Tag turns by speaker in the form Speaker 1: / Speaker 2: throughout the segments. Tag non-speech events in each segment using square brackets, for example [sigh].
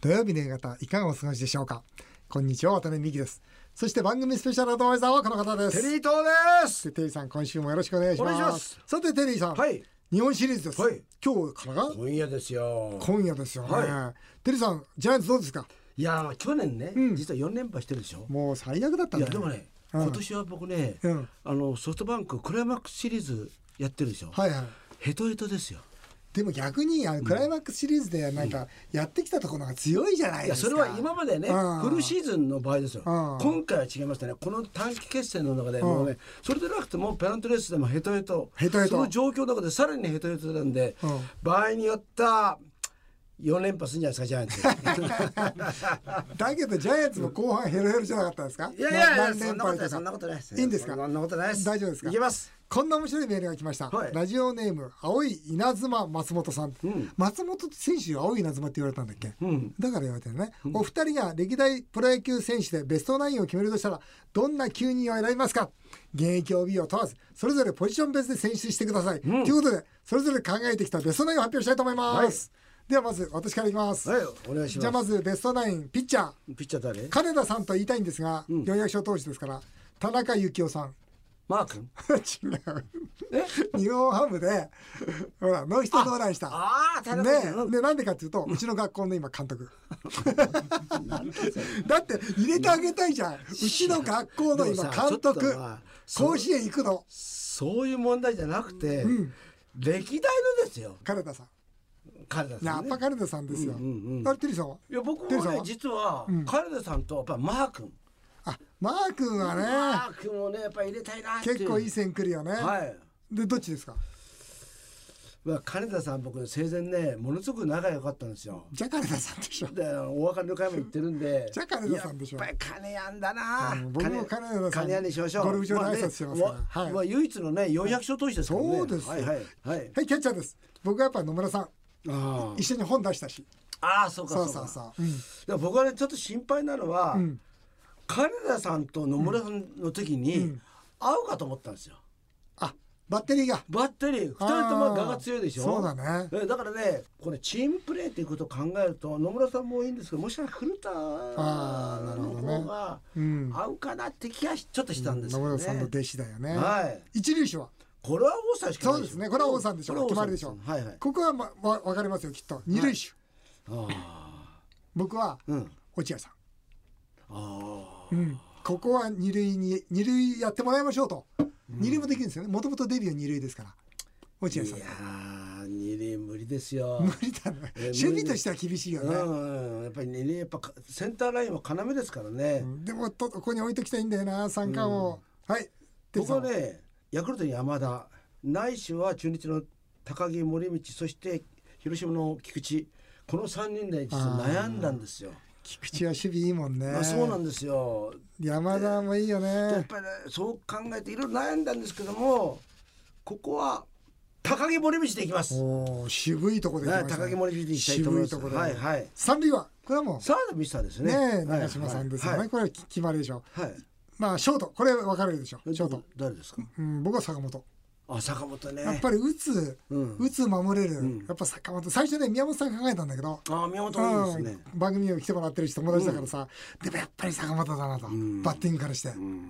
Speaker 1: 土曜日の夕方いかがお過ごしでしょうかこんにちは渡辺美希ですそして番組スペシャルアドバイザーはこの方で
Speaker 2: テ
Speaker 1: す
Speaker 2: リー東です
Speaker 1: でテリーさん今週もよろしくお願いします
Speaker 2: お願いします
Speaker 1: さてテリーさん、
Speaker 2: はい
Speaker 1: 日本シリーズです、
Speaker 2: はい
Speaker 1: 今日からが
Speaker 2: 今夜ですよ
Speaker 1: 今夜ですよね、
Speaker 2: は
Speaker 1: テリーさんジャイアンツどうですか
Speaker 2: いやー去年ね、
Speaker 1: うん
Speaker 2: 実は4連覇してるでしょ
Speaker 1: もう最悪だったん
Speaker 2: い
Speaker 1: だ
Speaker 2: や
Speaker 1: よ
Speaker 2: でもね、
Speaker 1: うん
Speaker 2: 今年は僕ね、
Speaker 1: うん
Speaker 2: あのソフトバンククライマックスシリーズやってるでしょ、
Speaker 1: はいはい
Speaker 2: ヘトヘトですよ
Speaker 1: でも逆にあのクライマックスシリーズでなんかやってきたところが強いじゃない
Speaker 2: い
Speaker 1: で
Speaker 2: や
Speaker 1: すか
Speaker 2: それは今までね
Speaker 1: うん
Speaker 2: フルシーズンの場合ですよ
Speaker 1: うん
Speaker 2: 今回は違いましたねこの短期決戦の中で
Speaker 1: ん
Speaker 2: もうねそれでなくてもペナントレースでもヘトヘト
Speaker 1: ヘトヘト
Speaker 2: その状況の中でさらにヘトヘトなんで
Speaker 1: うん
Speaker 2: 場合によった4連覇するんじゃないですかジャイアン
Speaker 1: [laughs]
Speaker 2: ツ
Speaker 1: だけどジャイアンツの後半ヘロヘロじゃなかったですか
Speaker 2: いやいやいや
Speaker 1: 何
Speaker 2: そん
Speaker 1: 連
Speaker 2: なこ
Speaker 1: 敗
Speaker 2: とない
Speaker 1: と
Speaker 2: そんな
Speaker 1: か
Speaker 2: ことないです
Speaker 1: いいんですか
Speaker 2: そんなことないです
Speaker 1: 大丈夫ですか
Speaker 2: いけます
Speaker 1: こんな面白いメールが来ました、
Speaker 2: はい
Speaker 1: ラジオネーム青い稲妻松本さん、
Speaker 2: うん
Speaker 1: 松本選手青い稲妻って言われたんだっけ、
Speaker 2: うん
Speaker 1: だから言われてるね、お二人が歴代プロ野球選手でベストナインを決めるとしたらどんな9人を選びますか現役 OB を問わずそれぞれポジション別で選出してください、ということでそれぞれ考えてきたベストナインを発表したいと思います、ではまず私からいきます、
Speaker 2: はいお願いし
Speaker 1: じゃあ
Speaker 2: ま
Speaker 1: まずベストナインピッチャー
Speaker 2: すピッチャー誰
Speaker 1: 金田さんと言いたいんですが、
Speaker 2: ん
Speaker 1: 400勝投手ですから田中幸雄さん
Speaker 2: マー君
Speaker 1: [laughs] 違う日本ハムでほらノーヒットノーランした
Speaker 2: ああ田
Speaker 1: ね
Speaker 2: 中君
Speaker 1: えでなんでかっていうとうちの学校の今監督だって入れてあげたいじゃんうちの学校の今
Speaker 2: でも
Speaker 1: 監
Speaker 2: さちょっ
Speaker 1: 督
Speaker 2: とまあそう
Speaker 1: 甲子園行くの
Speaker 2: そういう問題じゃなくて、歴代のですよ
Speaker 1: 金田さん
Speaker 2: 彼ら
Speaker 1: や
Speaker 2: さん
Speaker 1: っ
Speaker 2: ね
Speaker 1: ぱ金田さんですよ
Speaker 2: うんうんうん
Speaker 1: あれテリーさんはい
Speaker 2: や僕
Speaker 1: テリー
Speaker 2: も
Speaker 1: さん
Speaker 2: ね
Speaker 1: は
Speaker 2: 実は彼らさんとやっぱマー君、
Speaker 1: あマー君は
Speaker 2: マ
Speaker 1: ね
Speaker 2: ー君をねやっぱ入れたいなっていう
Speaker 1: 結構いい線来るよね
Speaker 2: はい
Speaker 1: でどっちですか
Speaker 2: まあ、金田さん僕生前ねものすごく仲良かったんですよ
Speaker 1: じゃあ金田さんでしょ
Speaker 2: であのお別れの会も行ってるんで
Speaker 1: じゃあ金田さんでしょ
Speaker 2: やっぱり金やんだな
Speaker 1: うん僕も金田さん
Speaker 2: 金やにしましょう
Speaker 1: ゴルフ場で挨拶してますから
Speaker 2: まあね
Speaker 1: はい
Speaker 2: まあ唯一のね400勝投手ですからね
Speaker 1: そうですよ
Speaker 2: はいはいはい
Speaker 1: はいキャッチャーです僕はやっぱ野村さん
Speaker 2: あー
Speaker 1: 一緒に本出したし
Speaker 2: あーそうか
Speaker 1: そう
Speaker 2: そう
Speaker 1: そう
Speaker 2: か
Speaker 1: そううん
Speaker 2: でも僕はねちょっと心配なのは、
Speaker 1: ん
Speaker 2: 金田さんと野村さんの時に会うかと思ったんですよ。
Speaker 1: あバッテリーが
Speaker 2: バッテリー2人とも我が強いでしょ
Speaker 1: あーそうだね
Speaker 2: えだからねこれチームプレーっていうことを考えると野村さんもいいんですけどもしかしたら古田
Speaker 1: あーなる
Speaker 2: の
Speaker 1: ほどね
Speaker 2: 方が
Speaker 1: うん
Speaker 2: 合うかなって気がしちょっとしたんです
Speaker 1: 野
Speaker 2: よね。
Speaker 1: 村さんの弟子だよね、
Speaker 2: はい
Speaker 1: 一流手は
Speaker 2: これは王さんしか
Speaker 1: そ
Speaker 2: な
Speaker 1: う
Speaker 2: い
Speaker 1: ですねこれは王さんでしょ
Speaker 2: これは
Speaker 1: 決
Speaker 2: 王さ
Speaker 1: ま
Speaker 2: ん
Speaker 1: りでしょ
Speaker 2: はいはい。
Speaker 1: ここは、ま、わ分かりますよきっと二塁手、
Speaker 2: あ
Speaker 1: 僕は
Speaker 2: ーうん。
Speaker 1: 落合さ
Speaker 2: あ
Speaker 1: ん、うん、ここは二塁に二塁やってもらいましょうと、二塁もできるんですよねもともとデビュー二塁ですから落
Speaker 2: あ。
Speaker 1: 合
Speaker 2: い
Speaker 1: さん
Speaker 2: やー二輪無理ですよ。
Speaker 1: 無理だね
Speaker 2: えー
Speaker 1: 守備としては厳しいよね、
Speaker 2: うん、やっぱりね、やっぱセンターラインは要ですからね。
Speaker 1: でもとここに置いときたいんだよな三冠を、はいテリー
Speaker 2: 僕
Speaker 1: さん
Speaker 2: はね、ヤクルトに山田、ないしは中日の高木森道、そして広島の菊池。この三人で実は悩んだんですよ。
Speaker 1: 菊池は守備いいもんね、
Speaker 2: まあ、そうなんですよ。
Speaker 1: 山田もいいよ
Speaker 2: やっ
Speaker 1: ね
Speaker 2: ぱり、ね、そう考えていろいろ悩んだんですけども、ここは高木森道でいきます。はい、
Speaker 1: おお渋いとこで行きましたね
Speaker 2: 高木森道でいきたいと思います。
Speaker 1: 渋いとこで、
Speaker 2: はいはい。
Speaker 1: 三塁はこれはも
Speaker 2: サードミスターです
Speaker 1: う
Speaker 2: ね。
Speaker 1: ね
Speaker 2: は
Speaker 1: え
Speaker 2: い
Speaker 1: 長嶋さんですよね、
Speaker 2: はい
Speaker 1: これは決まりでしょ
Speaker 2: はい。
Speaker 1: まあショートこれ分かれるでしょショート、
Speaker 2: 誰ですか。
Speaker 1: うん、僕は坂本
Speaker 2: あ、坂本ね。
Speaker 1: やっぱり打つ、
Speaker 2: うん
Speaker 1: 打つ守れる、
Speaker 2: ん
Speaker 1: やっぱ坂本最初ね宮本さん考えたんだけど
Speaker 2: ああ、宮本もいいですね。
Speaker 1: うん、番組にも来てもらってるし友達だからさ、でもやっぱり坂本だなと、
Speaker 2: ん
Speaker 1: バッティングからしてうん、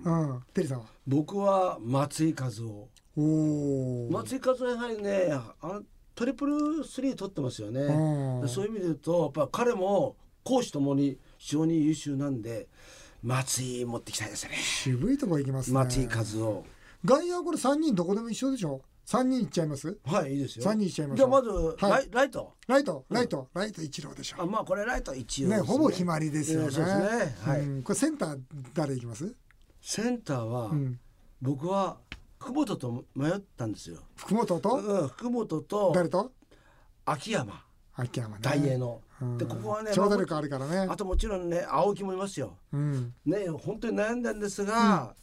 Speaker 1: テリーさんは
Speaker 2: 僕は松井和夫。
Speaker 1: おお、
Speaker 2: 松井和夫はやはりね、あのトリプルスリー取ってますよね
Speaker 1: う。ん
Speaker 2: そういう意味で言うと、やっぱ彼も攻守ともに非常に優秀なんで、松井持ってきたいですね。
Speaker 1: 渋いとこ行きますね
Speaker 2: 松井和夫。
Speaker 1: 外野はこれ三人どこでも一緒でしょ三人いっちゃいます
Speaker 2: はい、いいですよ。
Speaker 1: 三人いっちゃいまし
Speaker 2: じゃ
Speaker 1: ょう
Speaker 2: あまず、
Speaker 1: は
Speaker 2: ラ
Speaker 1: い
Speaker 2: イライト。
Speaker 1: ライトライト、ライト一郎でしょ
Speaker 2: あ、まあこれライト一応
Speaker 1: ね、ほぼ決まりですよね。
Speaker 2: えーそうですね。はい。
Speaker 1: うんこれセンター誰行きます？
Speaker 2: センターは、
Speaker 1: うん、
Speaker 2: 僕は久保田と迷ったんですよ。
Speaker 1: 福本と
Speaker 2: うん、福本と
Speaker 1: 誰と？
Speaker 2: 秋山。
Speaker 1: 秋山ね。
Speaker 2: 大英の
Speaker 1: うん。
Speaker 2: でここはね、
Speaker 1: 長打力あるからね
Speaker 2: あ。ともちろんね青木もいますよ。
Speaker 1: うん。
Speaker 2: ね本当に悩んだんですが、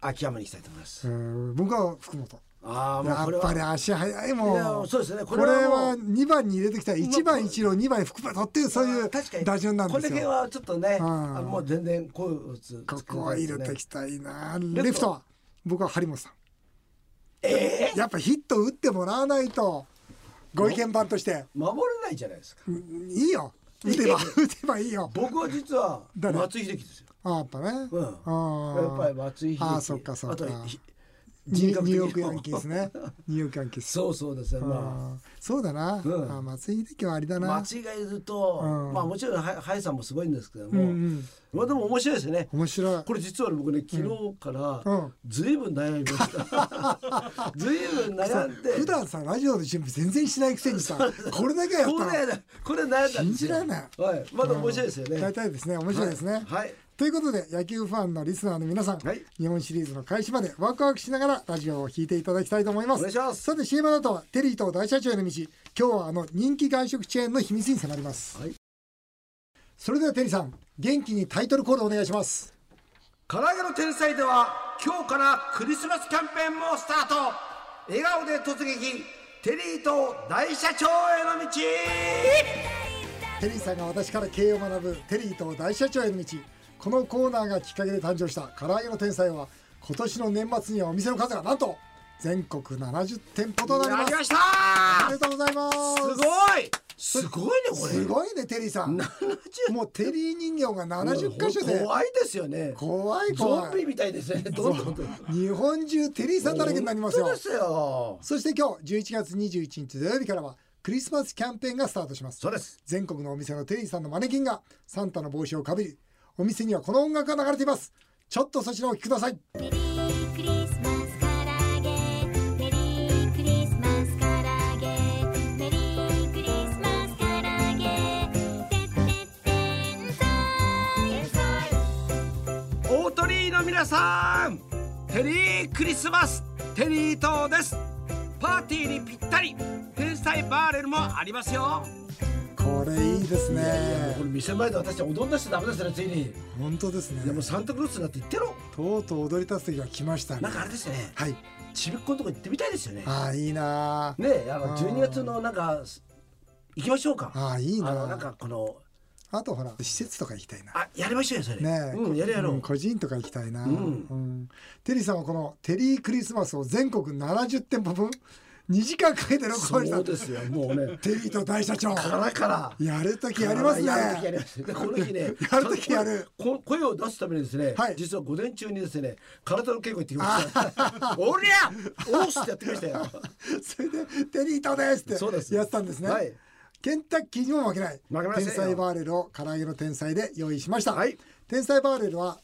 Speaker 2: 秋山に行きたいと思います。
Speaker 1: うん僕は福本。
Speaker 2: ああも
Speaker 1: や
Speaker 2: うこれ
Speaker 1: っぱり
Speaker 2: は。
Speaker 1: 足早い
Speaker 2: い
Speaker 1: も
Speaker 2: や
Speaker 1: ん。
Speaker 2: そうですね
Speaker 1: こ
Speaker 2: こ
Speaker 1: れ
Speaker 2: れはもう
Speaker 1: は二番に入れてきた一番一郎二番福本っていうそうい
Speaker 2: あ
Speaker 1: う
Speaker 2: ー確かに
Speaker 1: 打順なん
Speaker 2: こ
Speaker 1: で
Speaker 2: れ
Speaker 1: す
Speaker 2: だけ
Speaker 1: よ。
Speaker 2: はちょっとね、
Speaker 1: うん
Speaker 2: あもう全然こういう打つ
Speaker 1: ここは入れて
Speaker 2: き
Speaker 1: きたいな。
Speaker 2: ト
Speaker 1: レフトは僕は張本さん。
Speaker 2: ええ
Speaker 1: やっぱヒット打ってもらわないとご意見番として
Speaker 2: 守れないじゃないですか。
Speaker 1: うんいいよ。打てば打てばいいよ
Speaker 2: 僕は実は
Speaker 1: 誰
Speaker 2: 松井秀喜ですよ。
Speaker 1: あやっぱね、
Speaker 2: うん
Speaker 1: あ
Speaker 2: やっぱり松井秀喜。
Speaker 1: あそっかそっか
Speaker 2: あとひ
Speaker 1: ニ
Speaker 2: 人
Speaker 1: ュ
Speaker 2: 格
Speaker 1: ニ
Speaker 2: 的
Speaker 1: ュー
Speaker 2: に
Speaker 1: ヨ
Speaker 2: も
Speaker 1: ークヤンキースね
Speaker 2: [laughs]
Speaker 1: ニューヨークヤンキース
Speaker 2: そうそうですね。ま
Speaker 1: あーそうだな、
Speaker 2: うん
Speaker 1: あ松井秀喜はありだ
Speaker 2: あ
Speaker 1: な、
Speaker 2: 松井がいると、
Speaker 1: うん
Speaker 2: まあもちろんはハイさんもすごいんですけど
Speaker 1: うん
Speaker 2: も、
Speaker 1: うん、
Speaker 2: まあでも面白いですね。
Speaker 1: 面白い
Speaker 2: これ実は僕ね昨日から
Speaker 1: うん
Speaker 2: ずいぶん悩みま
Speaker 1: [laughs]
Speaker 2: した。ずいぶん悩んで。
Speaker 1: 普段さラジオの準備全然しないくせにさこれだけはやっ
Speaker 2: こ
Speaker 1: たら
Speaker 2: れねこれ悩んだんですよ。
Speaker 1: 信じられない
Speaker 2: はい。まだ面白いですよね。
Speaker 1: 大体ですね面白いですね、
Speaker 2: はい。
Speaker 1: ということで野球ファンのリスナーの皆さん、
Speaker 2: はい
Speaker 1: 日本シリーズの開始までワクワクしながらラジオを聴いていただきたいと思います
Speaker 2: お願いします
Speaker 1: さて CM の後はテリーと大社長への道今日はあの人気外食チェーンの秘密に迫ります、
Speaker 2: はい
Speaker 1: それではテリーさん元気にタイトルコールお願いします
Speaker 2: 唐揚げの天才では今日からクリスマスキャンペーンもスタート笑顔で突撃テリーと大社長への道
Speaker 1: テリーさんが私から経営を学ぶテリーと大社長への道このコーナーがきっかけで誕生した唐揚げの天才は今年の年末にはお店の数がなんと全国70店舗となり
Speaker 2: や
Speaker 1: ま
Speaker 2: り
Speaker 1: す
Speaker 2: ました
Speaker 1: おめでとうございます
Speaker 2: すごいすごいねこれ
Speaker 1: すごいねテリーさんもうテリー人形が70箇所で
Speaker 2: 怖いですよね
Speaker 1: 怖い
Speaker 2: ゾ
Speaker 1: 怖
Speaker 2: ンビ
Speaker 1: い
Speaker 2: みたいですねどんどんどん
Speaker 1: 日本中テリーさんだらけになりますよ
Speaker 2: 本当ですよ
Speaker 1: そして今日11月21日土曜日からはクリスマスキャンペーンがスタートします
Speaker 2: そうです
Speaker 1: 全国のお店のテリーさんのマネキンがサンタの帽子をかぶりお店にはこの音楽が流れていますちょっとそちらをお聞きください
Speaker 3: メリークリスマスから揚げメリークリスマスから揚げメリークリスマスから揚げてってってんさい
Speaker 2: 大鳥居の皆さんテリークリスマステリー島ですパーティーにぴったり天才バーレルもありますよ
Speaker 1: これいいですね
Speaker 2: これ店前で私は踊んだしちゃダメですねついに
Speaker 1: 本当です
Speaker 2: でも
Speaker 1: ね
Speaker 2: うサンタクロースなんて言ってろ
Speaker 1: とうとう踊り立つ時が来ましたね
Speaker 2: なんかあれですね
Speaker 1: はい
Speaker 2: ちびっこのとこ行ってみたいですよね
Speaker 1: ああいいな
Speaker 2: ねえあの
Speaker 1: あー
Speaker 2: 12月のなんかす行きましょうか
Speaker 1: ああいいな
Speaker 2: あのなんかこの
Speaker 1: あとほら施設とか行きたいな
Speaker 2: あやりましょうよそれ
Speaker 1: ねえ、
Speaker 2: うんやるやろう、
Speaker 1: ん個人とか行きたいな、
Speaker 2: うん
Speaker 1: うんテリーさんはこのテリークリスマスを全国70店舗分2時間かけて録
Speaker 2: そ
Speaker 1: 音した
Speaker 2: う
Speaker 1: テ
Speaker 2: ですよもうね
Speaker 1: リーと大社長
Speaker 2: からから
Speaker 1: やるときやります
Speaker 2: やる時
Speaker 1: ね
Speaker 2: やりますでこの日ね
Speaker 1: やる時やる
Speaker 2: こ声を出すためにですね、
Speaker 1: はい
Speaker 2: 実は午前中にですね体の稽古行ってきま
Speaker 1: [laughs]
Speaker 2: したおりゃおーすってやってきましたよ
Speaker 1: それでテリーとです
Speaker 2: そう
Speaker 1: っ
Speaker 2: です
Speaker 1: てやってたんですね
Speaker 2: はい
Speaker 1: ケンタッキーにも負けない
Speaker 2: 負けません
Speaker 1: 天
Speaker 2: よ
Speaker 1: 才バーレルを唐揚げの天才で用意しました、
Speaker 2: はい
Speaker 1: 天才バーレルは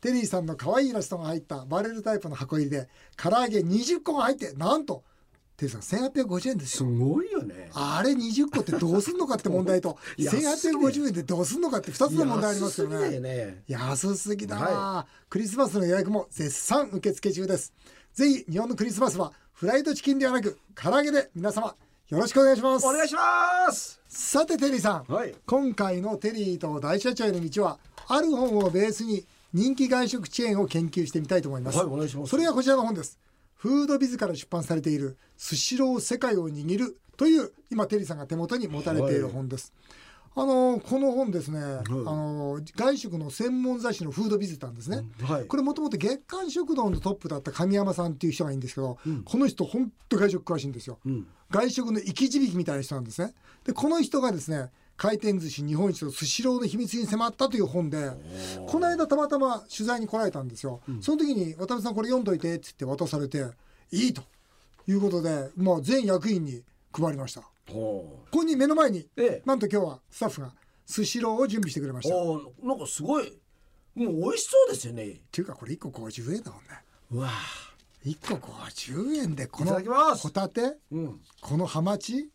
Speaker 1: テリーさんの可愛いイラストが入ったバーレルタイプの箱入りで唐揚げ20個が入ってなんとテリーさん1850円ですよ
Speaker 2: すごいよね
Speaker 1: あれ20個ってどうすんのかって問題と
Speaker 2: [laughs] 安すぎる
Speaker 1: 1850円でどうすんのかって2つの問題ありますよ
Speaker 2: 安すぎだよ
Speaker 1: ね
Speaker 2: ね
Speaker 1: 安すぎだな、クリスマスの予約も絶賛受付中ですぜひ日本のクリスマスはフライドチキンではなく唐揚げで皆様よろしくお願いします
Speaker 2: お願いします
Speaker 1: さてテリーさん、
Speaker 2: はい
Speaker 1: 今回のテリーと大社長への道はある本をベースに人気外食チェーンを研究してみたいと思います、
Speaker 2: はいお願いします
Speaker 1: それがこちらの本ですフードビズから出版されている「スシロー世界を握る」という今テリーさんが手元に持たれている本です、あのーこの本ですね、あのー外食の専門雑誌のフードビズなんですね、
Speaker 2: はい
Speaker 1: これもともと月刊食堂のトップだった神山さんっていう人がいいんですけど、この人本当外食詳しいんですよ、外食の生き字引みたいな人なんですねでこの人がですね回転寿司日本一とスシローの秘密に迫ったという本でこの間たまたま取材に来られたんですよ、その時に渡辺さんこれ読んどいてって言って渡されていいということで、まあ、全役員に配りましたこ
Speaker 2: ほ
Speaker 1: こに目の前に、
Speaker 2: ええ
Speaker 1: なんと今日はスタッフがスシローを準備してくれまし
Speaker 2: う
Speaker 1: たっ
Speaker 2: おーなんかすごいもう美味しそうですよね
Speaker 1: ていうかこれ1個50円だもんね
Speaker 2: うわあ
Speaker 1: 1個50円でこ
Speaker 2: い
Speaker 1: の
Speaker 2: ただきます
Speaker 1: ホタテ
Speaker 2: うん
Speaker 1: このハマチ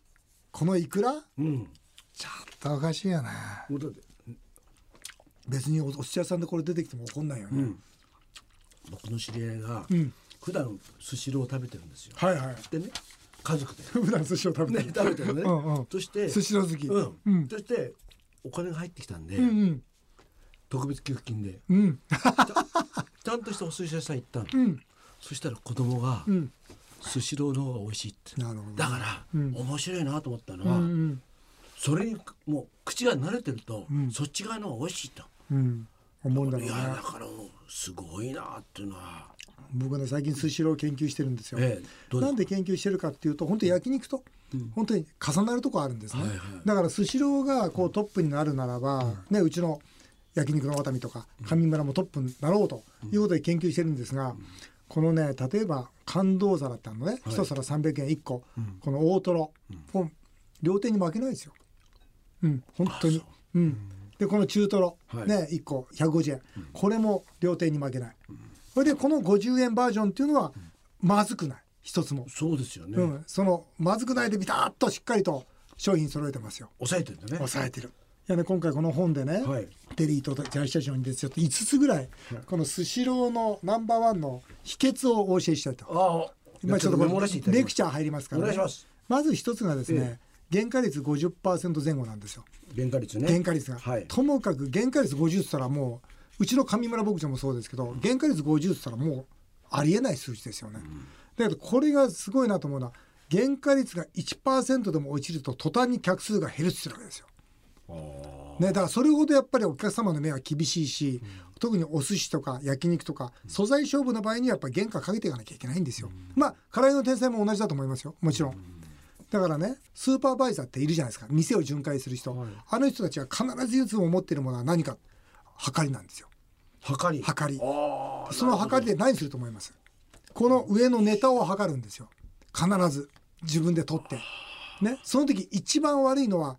Speaker 1: このイクラ
Speaker 2: うん
Speaker 1: ちょっとおかしいよね
Speaker 2: もうだって
Speaker 1: 別におお寿司屋さんでこれ出てきても怒んないよね、
Speaker 2: 僕の知り合いが、
Speaker 1: ん
Speaker 2: 普段スシローを食べてるんですよ
Speaker 1: はいはい
Speaker 2: でね家族で
Speaker 1: 普段寿司を食べて
Speaker 2: ね
Speaker 1: る、
Speaker 2: [laughs] 食べてるね、
Speaker 1: うんうん
Speaker 2: そして
Speaker 1: スシロー好き
Speaker 2: うん
Speaker 1: うん
Speaker 2: そしてお金が入ってきたんで、
Speaker 1: うん
Speaker 2: 特別給付金で
Speaker 1: うんうん
Speaker 2: ちゃんとしたお寿司屋さん行ったの、
Speaker 1: ん
Speaker 2: そしたら子供が
Speaker 1: ん
Speaker 2: スシローの方が美味しいって
Speaker 1: なるほど
Speaker 2: だから、面白いなと思ったのは、
Speaker 1: うん
Speaker 2: それにもう口が慣れてると、そっち側の方が美味しいと
Speaker 1: うん思うんだろう
Speaker 2: いやだ
Speaker 1: な
Speaker 2: からもうすごいなっていうのは
Speaker 1: 僕ね最近スシローを研究してるんですよ、
Speaker 2: ええどうですか
Speaker 1: なんで研究してるかっていうと本当焼肉と本当に重なるとこあるんですね、
Speaker 2: はいはい
Speaker 1: だからスシローがこうトップになるならば、ねうちの焼肉の熱海とか上村もトップになろうということで研究してるんですが、このね例えば感動皿ってあるのね、一皿300円1個、この大トロ、もう両手に負けないですようん本当にう、ん、でこの中トロ、
Speaker 2: はい
Speaker 1: ね1個150円、これも両手に負けない、それでこの50円バージョンっていうのはまずくない一つも、
Speaker 2: そうですよね、
Speaker 1: うん、そのまずくないでビタッとしっかりと商品揃えてますよ
Speaker 2: 抑えてるんだね
Speaker 1: 抑えてるいやね今回この本でね、
Speaker 2: はい
Speaker 1: テリーとジャイスタジオにですよって5つぐらいこのスシローのナンバーワンの秘訣をお教えしたいと
Speaker 2: ああ
Speaker 1: 今ちょっと
Speaker 2: メモらせていただき
Speaker 1: レ
Speaker 2: ま
Speaker 1: ク
Speaker 2: す
Speaker 1: チャー入りますから、
Speaker 2: お願いします
Speaker 1: まず一つがですね、原価率50%前後なんですよ
Speaker 2: 原価率ね
Speaker 1: 原価率が、
Speaker 2: はい
Speaker 1: ともかく原価率50って言ったらもううちの上村牧場もそうですけど原価率50って言ったらもうありえない数字ですよね、だけどこれがすごいなと思うのは原価率が1%でも落ちると途端に客数が減るって言ってるわけですよ
Speaker 2: ああ
Speaker 1: ね、だからそれほどやっぱりお客様の目は厳しいし、特にお寿司とか焼肉とか素材勝負の場合にはやっぱ原価かけていかなきゃいけないんですよ、まあ辛いの天才も同じだと思いますよもちろん、だからねスーパーバイザーっているじゃないですか店を巡回する人、あの人たちは必ずいつも持っているものは何か秤なんですよ
Speaker 2: はかり
Speaker 1: 秤り
Speaker 2: ああ
Speaker 1: その測りで何すると思いますこの上のネタを測るんですよ必ず自分で取ってねその時一番悪いのは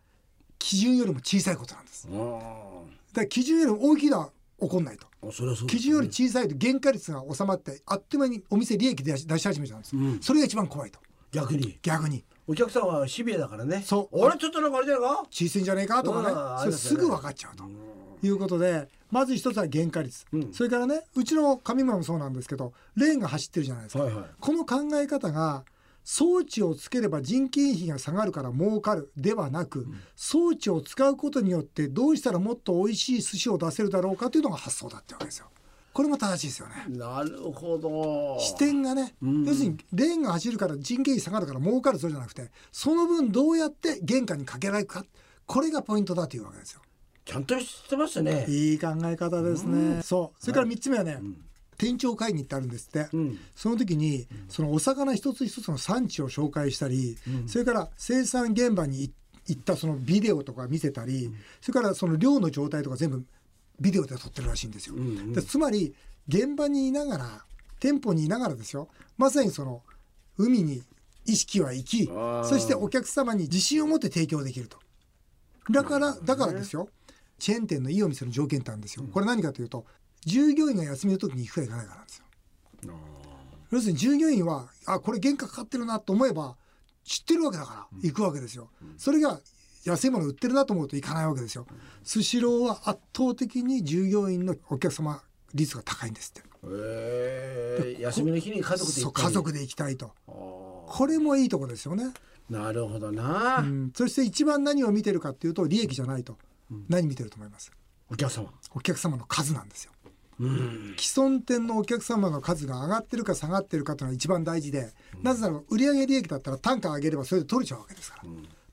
Speaker 1: 基準よりも小さいことなんですだから基準よりも大きいのは起こんないと
Speaker 2: あそれはそう
Speaker 1: 基準より小さいと原価率が収まってあっという間にお店利益出し出し始めちゃうんです、それが一番怖いと
Speaker 2: 逆に
Speaker 1: 逆に
Speaker 2: お客さんはシビアだからね
Speaker 1: そう
Speaker 2: 俺ちょっとなんかあれじゃないか
Speaker 1: 小さいんじゃねえかとかね
Speaker 2: うんあ
Speaker 1: それ
Speaker 2: りますよ
Speaker 1: す
Speaker 2: ね
Speaker 1: ぐ分かっちゃうということでまず一つは原価率、
Speaker 2: ん
Speaker 1: それからねうちの上村もそうなんですけどレーンが走ってるじゃないですか、
Speaker 2: はいはい
Speaker 1: この考え方が装置をつければ人件費が下がるから儲かるではなく、装置を使うことによってどうしたらもっと美味しい寿司を出せるだろうかというのが発想だってわけですよ。これも正しいですよね。
Speaker 2: なるほど
Speaker 1: 視点がね、要するにレーンが走るから人件費下がるから儲かるそうじゃなくてその分どうやって原価にかけられるかこれがポイントだというわけですよ。
Speaker 2: ちゃんとしてますね
Speaker 1: いい考え方ですね。そうそれから3つ目はね、店長会議ってあるんですって、
Speaker 2: ん
Speaker 1: その時にそのお魚一つ一つの産地を紹介したり、それから生産現場にい行ったそのビデオとか見せたり、それからその量の状態とか全部ビデオで撮ってるらしいんですよ。でつまり現場にいながら店舗にいながらですよまさにその海に意識は行き
Speaker 2: ー
Speaker 1: そしてお客様に自信を持って提供できると。だから、だからですよ。チェーン店のいいお店の条件ってあるんですよ。これ何かというと、従業員が休みの時に行くか行かないかなんですよ。要するに従業員は、あ、これ原価かかってるなと思えば、知ってるわけだから、行くわけですよ。それが安いもの売ってるなと思うと行かないわけですよ。スシローは圧倒的に従業員のお客様率が高いんですって。
Speaker 2: ええ休みの日に家族で
Speaker 1: そう、
Speaker 2: 行ったり
Speaker 1: 家族で行きたいと。
Speaker 2: あ
Speaker 1: これもいいとこですよね。
Speaker 2: あなるほどな、
Speaker 1: うんそして一番何を見てるかっていうと、利益じゃないと。何見てると思います
Speaker 2: お客様
Speaker 1: お客様の数なんですよ
Speaker 2: うん
Speaker 1: 既存店のお客様の数が上がってるか下がってるかというのが一番大事で、なぜなら売上利益だったら単価上げればそれで取れちゃうわけですから、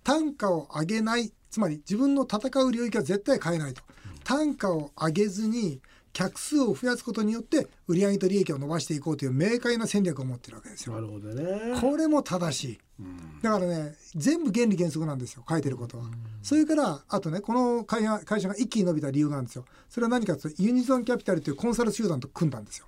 Speaker 1: 単価を上げないつまり自分の戦う領域は絶対変えないと、単価を上げずに客数を増やすことによって売上と利益を伸ばしていこうという明快な戦略を持ってるわけですよ
Speaker 2: なるほどね
Speaker 1: これも正しい。だからね、全部原理原則なんですよ、書いてることは。それから、あとね、この会社会社が一気に伸びた理由があるんですよ。それは何かというと、ユニゾンキャピタルというコンサル集団と組んだんですよ。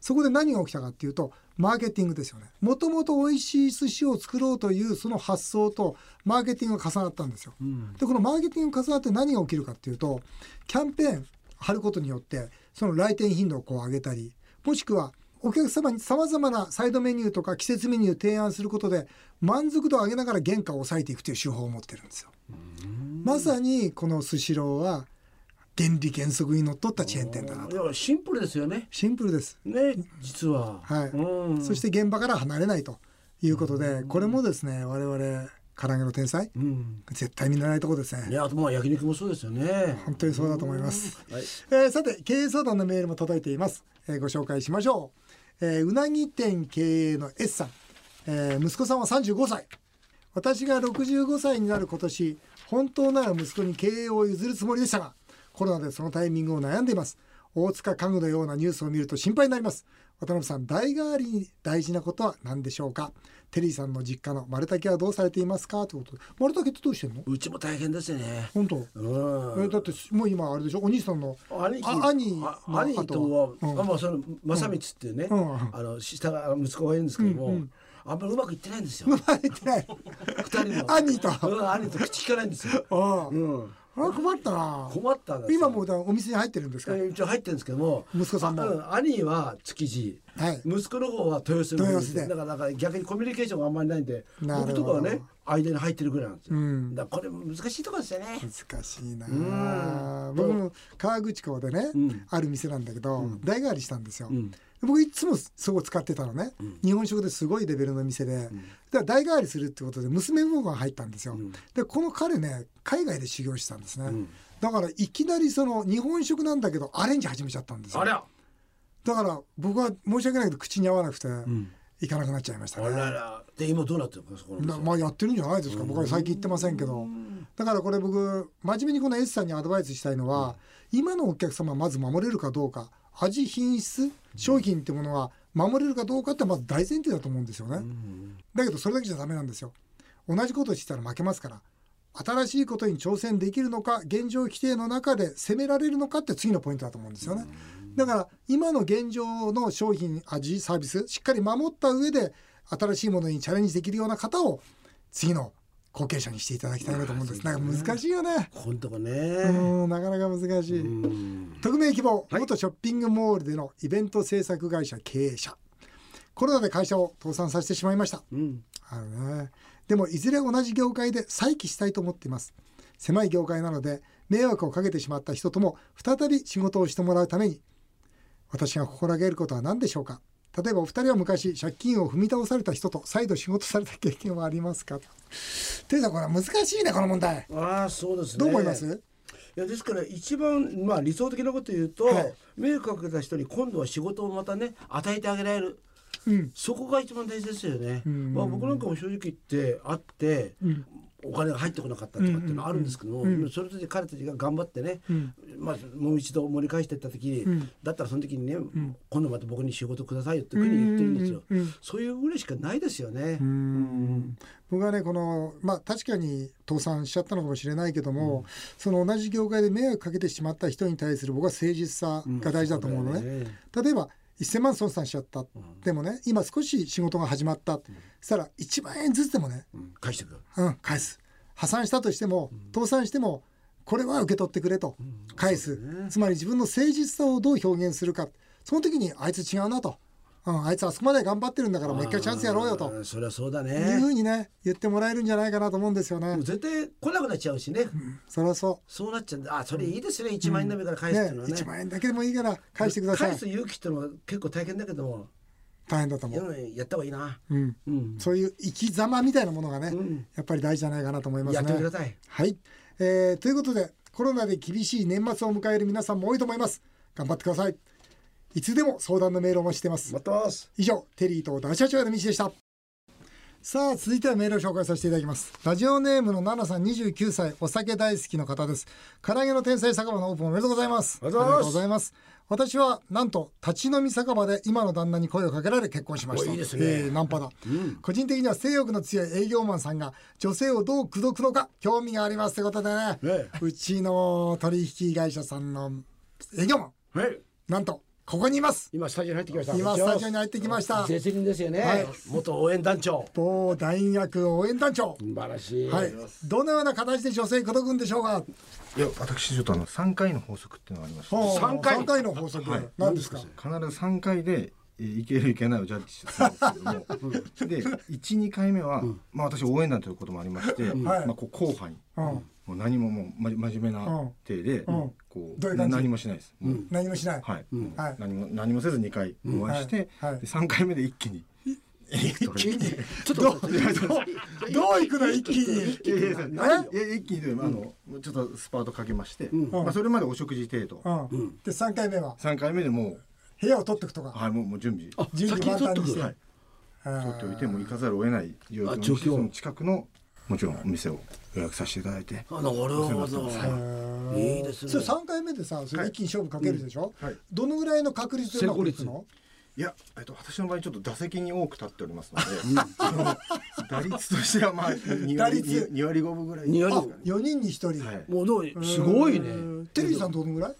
Speaker 1: そこで何が起きたかっていうと、マーケティングですよね。もともと美味しい寿司を作ろうというその発想と、マーケティングが重なったんですよ。で、このマーケティングが重なって何が起きるかっていうと、キャンペーン貼ることによって、その来店頻度をこう上げたり、もしくは、お客様にさまざまなサイドメニューとか季節メニューを提案することで満足度を上げながら原価を抑えていくという手法を持ってるんですよ。まさにこのスシローは原理原則にのっとったチェーン店だなと。
Speaker 2: いやシンプルですよね
Speaker 1: シンプルです。
Speaker 2: ね実は
Speaker 1: はい
Speaker 2: うん
Speaker 1: そして現場から離れないということでこれもですね我々唐揚げの天才
Speaker 2: うん
Speaker 1: 絶対見習いとこです
Speaker 2: い
Speaker 1: ね。
Speaker 2: やあとまあ焼肉もそうですよね
Speaker 1: 本当にそうだと思います。
Speaker 2: はい
Speaker 1: えーさて経営相談のメールも届いています、えーご紹介しましょう、えーうなぎ店経営の S さん、えー息子さんは35歳私が65歳になる今年本当なら息子に経営を譲るつもりでしたがコロナでそのタイミングを悩んでいます大塚家具のようなニュースを見ると心配になります渡辺さん代替わりに大事なことは何でしょうかテリーさんの実家の丸竹はどうされていますかということで丸竹ってどうしてんの
Speaker 2: うちも大変ですね。
Speaker 1: 本当
Speaker 2: うん。
Speaker 1: えだってもう今あれでしょお兄さんの
Speaker 2: 兄貴
Speaker 1: あ兄
Speaker 2: あ
Speaker 1: の
Speaker 2: 兄
Speaker 1: 後
Speaker 2: とは、
Speaker 1: うん
Speaker 2: あまあその正光っていうね、
Speaker 1: うんうん
Speaker 2: あの下が息子がいるんですけども、
Speaker 1: うんうん
Speaker 2: あんまりうまくいってないんですよ。
Speaker 1: 入ってない
Speaker 2: 二人も
Speaker 1: 兄と
Speaker 2: うん兄と口聞かないんですよ。
Speaker 1: ああ、
Speaker 2: うん。
Speaker 1: あれ困ったな
Speaker 2: 困ったんですよ。
Speaker 1: 今もうだお店に入ってるんです
Speaker 2: え
Speaker 1: か、
Speaker 2: ー一応入ってるんですけども、
Speaker 1: 息子さんも
Speaker 2: あう兄は築地。
Speaker 1: はい
Speaker 2: 息子の方は豊洲の方で
Speaker 1: 豊
Speaker 2: す
Speaker 1: 洲で
Speaker 2: だからだから逆にコミュニケーションがあんまりないんで
Speaker 1: なるほ
Speaker 2: 僕
Speaker 1: ど
Speaker 2: とかはね間に入ってるぐらいなんですよ、
Speaker 1: うん
Speaker 2: だからこれ難しいところですよね
Speaker 1: 難しいな
Speaker 2: うん
Speaker 1: 僕も川口港でね、
Speaker 2: うん
Speaker 1: ある店なんだけど、代替わりしたんですよ、
Speaker 2: うん
Speaker 1: 僕いつもそこ使ってたのね、日本食ですごいレベルの店で、だから代替わりするってことで娘分が入ったんですよ、
Speaker 2: ん
Speaker 1: でこの彼ね海外で修行してたんですね、
Speaker 2: ん
Speaker 1: だからいきなりその日本食なんだけどアレンジ始めちゃったんですよ
Speaker 2: あれゃ
Speaker 1: だから僕は申し訳ないけど口に合わなくて
Speaker 2: ん
Speaker 1: 行かなくなっちゃいました
Speaker 2: あ
Speaker 1: ね、
Speaker 2: ららで今どうなってるのそこの
Speaker 1: な
Speaker 2: 店
Speaker 1: まあやってるんじゃないですか僕は最近行ってませんけどだからこれ僕真面目にこの S さんにアドバイスしたいのは、今のお客様まず守れるかどうか味品質商品ってものは守れるかどうかってまず大前提だと思うんですよね、だけどそれだけじゃダメなんですよ同じことしてたら負けますから新しいことに挑戦できるのか現状規定の中で攻められるのかって次のポイントだと思うんですよねだから今の現状の商品味サービスしっかり守った上で新しいものにチャレンジできるような方を次の後継者にしていただきたいなと思うんですなんか難しいよね
Speaker 2: ここのとこね
Speaker 1: うんなかなか難しい
Speaker 2: うん
Speaker 1: 匿名希望元ショッピングモールでのイベント制作会社経営者コロナで会社を倒産させてしまいました
Speaker 2: うん
Speaker 1: あるね。でもいずれ同じ業界で再起したいと思っています。狭い業界なので迷惑をかけてしまった人とも再び仕事をしてもらうために私が心がけることは何でしょうか例えばお二人は昔借金を踏み倒された人と再度仕事された経験はありますかていうかこれは難しいねこの問題
Speaker 2: ああそうですね
Speaker 1: どう思います
Speaker 2: いやですから一番まあ理想的なこと言うと、
Speaker 1: はい
Speaker 2: 迷惑かけた人に今度は仕事をまたね与えてあげられる
Speaker 1: うん
Speaker 2: そこが一番大事ですよね。
Speaker 1: ん
Speaker 2: まあ、僕なんかも正直言ってあって、お金が入ってこなかったとかっていうのはあるんですけども、それで彼たちが頑張ってね、まあ、もう一度盛り返していった時に、だったらその時にね、今度また僕に仕事くださいよっていうふうに言ってるんですよ。
Speaker 1: うんうんうん
Speaker 2: そういうぐらいしかないですよね。
Speaker 1: うん僕はねこのまあ確かに倒産しちゃったのかもしれないけども、その同じ業界で迷惑かけてしまった人に対する僕は誠実さが大事だと思うのね。
Speaker 2: ん
Speaker 1: 例えば1,000万損産しちゃった、でもね今少し仕事が始まった、そしたら1万円ずつでもね、
Speaker 2: うん返してくる。
Speaker 1: うん、返す破産したとしても、倒産してもこれは受け取ってくれと、返す、つまり自分の誠実さをどう表現するかその時にあいつ違うなと、うん、あいつあそこまで頑張ってるんだからもう一回チャンスやろうよと。
Speaker 2: あー。それはそう
Speaker 1: い
Speaker 2: だ
Speaker 1: う
Speaker 2: ね
Speaker 1: ふ。うにね言ってもらえるんじゃないかなと思うんですよ
Speaker 2: も
Speaker 1: ね
Speaker 2: う。絶対来なくなっちゃうしね。
Speaker 1: そりゃそ
Speaker 2: そうなっちゃうんであ、それいいですね。一万円の目から
Speaker 1: う。
Speaker 2: 返すってい
Speaker 1: ね
Speaker 2: うのは、ね
Speaker 1: 一万円だけでもいいから返してください
Speaker 2: 返。す勇気ってのは結構大変だけども、
Speaker 1: 大変だと思う。
Speaker 2: うんやった方がいいな。
Speaker 1: うん。
Speaker 2: うん。
Speaker 1: そういう生き様みたいなものがね、
Speaker 2: うん
Speaker 1: やっぱり大事じゃないかなと思います
Speaker 2: やって
Speaker 1: ね。
Speaker 2: ください。
Speaker 1: はい、えーということでコロナで厳しい年末を迎える皆さんも多いと思います。頑張ってください。いつでも相談のメールをお待ちしてます。
Speaker 2: 待ってます。
Speaker 1: 以上テリーと大社長への道でしたさあ続いてはメールを紹介させていただきますラジオネームの奈々さん29歳お酒大好きの方です唐揚げの天才酒場のオープンおめでとうございます
Speaker 2: ありがとうござい
Speaker 1: ます私はなんと立ち飲み酒場で今の旦那に声をかけられ結婚しました
Speaker 2: おいいですね
Speaker 1: えーナンパだ、個人的には性欲の強い営業マンさんが女性をどう口説くのか興味がありますということでね、
Speaker 2: え
Speaker 1: うちの取引会社さんの営業マン
Speaker 2: はい。
Speaker 1: なんとここにいます
Speaker 2: 今スタジオに入ってきました。
Speaker 1: 今スタジオに入ってきました
Speaker 2: 絶倫ですよね、
Speaker 1: はい
Speaker 2: 元応援団長。
Speaker 1: 某大学応援団長、
Speaker 2: 素晴らしい。
Speaker 1: はい、どのような形で女性に届くんでしょうか。
Speaker 4: いや私ちょっとあの3回の法則っていうのがありまして
Speaker 1: ほう
Speaker 2: 三回
Speaker 1: 三回の法則、何ですか。
Speaker 4: 必ず3回でえーいけるいけないをジャッジするんですけどもで12
Speaker 1: [laughs]
Speaker 4: 回目は、まあ、私応援団ということもありまして、まあ、こう後輩に、
Speaker 1: うん
Speaker 4: もう何ももうま真面目
Speaker 1: うん
Speaker 4: な手で、
Speaker 1: ん
Speaker 4: こう
Speaker 1: どういう感じ
Speaker 4: 何もしないです、もう
Speaker 1: 何もしない。
Speaker 4: はい、もう
Speaker 1: はい
Speaker 4: 何も何もせず2回お会いして、
Speaker 1: はいはい
Speaker 4: で3回目で一気に。一気に
Speaker 2: ちょっと待って
Speaker 1: どういくの一気に。
Speaker 4: [laughs] いやいやいやいや一気にというよりもあの、ちょっとスパートかけまして、まあ、それまでお食事程度、
Speaker 1: うん、で、三回目は
Speaker 4: 三3回目でもう
Speaker 1: 部屋を取ってくとか。
Speaker 4: はい、もうもう準備取
Speaker 1: 準備万端にして。
Speaker 4: は
Speaker 1: はい
Speaker 4: いっておいてもう行かざるを得ない状況
Speaker 2: あ
Speaker 4: に
Speaker 2: 状況
Speaker 4: してその近くのもちろんお店を予約させていただいて
Speaker 2: あなるほど。
Speaker 4: お世話になってます
Speaker 1: えー
Speaker 2: いいですね
Speaker 1: それ3回目でさそれ一気に勝負かけるでしょ、
Speaker 4: うんはい
Speaker 1: どのぐらいの確率でうまくいくの
Speaker 4: いや、えっと、私の場合ちょっと打席に多く立っておりますので、 [laughs] あの打率としてはまあ2
Speaker 1: 打
Speaker 4: 割
Speaker 1: 率
Speaker 4: 2割5分ぐらい
Speaker 2: 二
Speaker 1: あ
Speaker 2: 割
Speaker 1: 4人に1人、
Speaker 4: はい
Speaker 2: もうどうすごいね
Speaker 1: うんテリーさんどのぐらい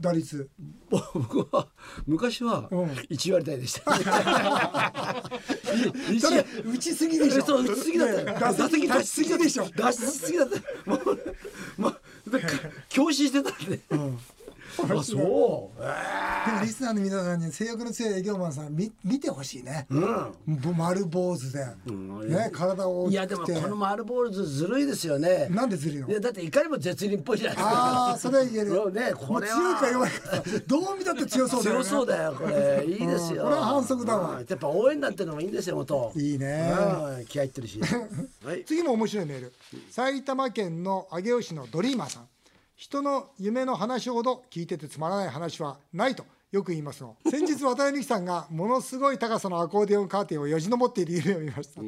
Speaker 1: 打率
Speaker 2: 僕は昔は
Speaker 1: うん
Speaker 2: 一割台
Speaker 1: [laughs]
Speaker 2: でしたい
Speaker 1: それ打ちすぎでしょ
Speaker 2: そう打ちすぎだったよ
Speaker 1: ね打席立ちすぎでしょ
Speaker 2: 出しすぎだったよもうまあでか強振してたんで、あそうえ
Speaker 1: でもリスナーの皆さんに性欲の強い営業マンさん見見てほしいね、
Speaker 2: え
Speaker 1: ぼ丸坊主で、
Speaker 2: うん
Speaker 1: ね体を大
Speaker 2: いや
Speaker 1: き
Speaker 2: でも
Speaker 1: くて
Speaker 2: この丸ボールズずるいですよね
Speaker 1: なんでずるいの
Speaker 2: いやだっていかにも絶倫っぽいじゃないですか
Speaker 1: ああそれは言える、
Speaker 2: そうねこれは
Speaker 1: もう強いか弱いかどう見たって強そうだよ
Speaker 2: 強
Speaker 1: ね
Speaker 2: そうだよこれいいです
Speaker 1: う
Speaker 2: よ
Speaker 1: んこれは反則だわ
Speaker 2: うんやっぱ応援団ってのもいいんですよ元
Speaker 1: いいね
Speaker 2: うん気合い入って
Speaker 1: [laughs]
Speaker 2: るしはい
Speaker 1: 次も面白いメール埼玉県の上尾市のドリーマーさん人の夢の話ほど聞いててつまらない話はないとよく言いますの先日渡辺美樹さんがものすごい高さのアコーディオンカーテンをよじ登っている夢を見ました、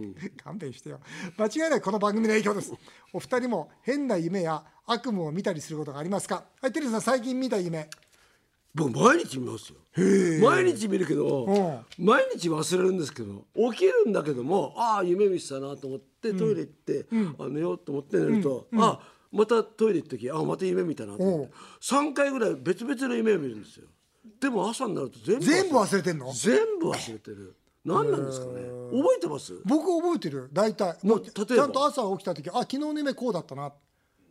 Speaker 1: 勘弁してよ間違いないこの番組の影響ですお二人も変な夢や悪夢を見たりすることがありますかはいテレビさん最近見た夢
Speaker 5: 僕毎日見ますよ毎日見るけど、毎日忘れるんですけど起きるんだけどもああ夢見てたなと思ってトイレ行って、あ寝ようと思って寝ると、あまたトイレ行った時あまた夢見たなと思って3回ぐらい別々の夢を見るんですよでも朝になると全部
Speaker 1: 全部忘れてんの
Speaker 5: 全部忘れてる何なんですかね覚えてます
Speaker 1: 僕覚えてる大体
Speaker 5: もう
Speaker 1: だって
Speaker 5: 例えば
Speaker 1: ちゃんと朝起きた時あ昨日の夢こうだったなっ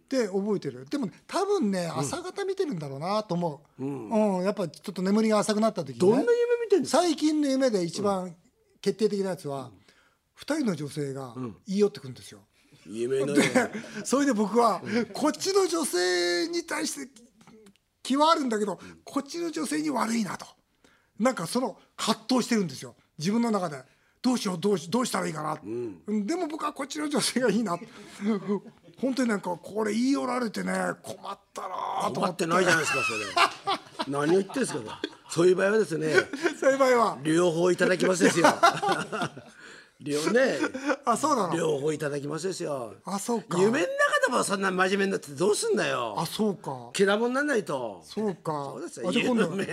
Speaker 1: て覚えてるでもね多分ね朝方見てるんだろうなと思う、うんやっぱちょっと眠りが浅くなった時、ね、
Speaker 5: どんな夢見てんですか
Speaker 1: 最近の夢で一番決定的なやつは、二人の女性が言い寄ってくるんですよ、
Speaker 5: 夢 [laughs] のような
Speaker 1: それで僕は、こっちの女性に対して気はあるんだけど、こっちの女性に悪いなとなんかその葛藤してるんですよ自分の中でどうしようどうしどうしたらいいかな、でも僕はこっちの女性がいいな本当になんかこれ言い寄られてね困ったなぁと
Speaker 5: 困
Speaker 1: 思っ
Speaker 5: っててないじゃないですかそれ何を言ってんですかそれそういう場合はですね
Speaker 1: そういう場合は
Speaker 5: 両方いただきます
Speaker 1: [laughs]
Speaker 5: ですよ両ね
Speaker 1: あそうなの
Speaker 5: 両方いただきますですよ
Speaker 1: あそうか
Speaker 5: 夢の中でもそんな真面目になってどうすんだよ
Speaker 1: あそうか
Speaker 5: けなもんなんないと
Speaker 1: そうか
Speaker 5: そうです
Speaker 1: あ
Speaker 5: よ
Speaker 1: じゃあ
Speaker 5: 夢の
Speaker 1: 今度
Speaker 5: 中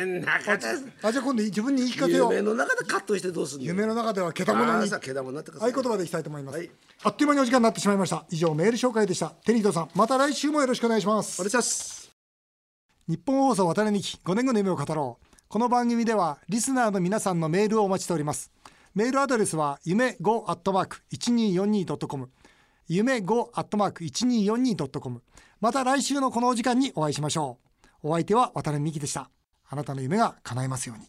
Speaker 5: で
Speaker 1: あじゃあ今度自分に言い聞かせよ
Speaker 5: 夢
Speaker 1: う
Speaker 5: の中でカットしてどうすんだよ
Speaker 1: 夢の中ではけたも
Speaker 5: あ
Speaker 1: の
Speaker 5: ー
Speaker 1: に
Speaker 5: さけなもんなってくださ
Speaker 1: 合
Speaker 5: い
Speaker 1: 言葉でいきたいと思います、
Speaker 5: はい
Speaker 1: あっという間にお時間になってしまいました以上メール紹介でしたテリードさんまた来週もよろしくお願いします
Speaker 5: お願いします
Speaker 1: 日本放送渡辺美希5年後の夢を語ろうこの番組ではリスナーの皆さんのメールをお待ちしておりますメールアドレスは夢 5-1242.com 夢 5-1242.com また来週のこのお時間にお会いしましょうお相手は渡辺美希でしたあなたの夢が叶いますように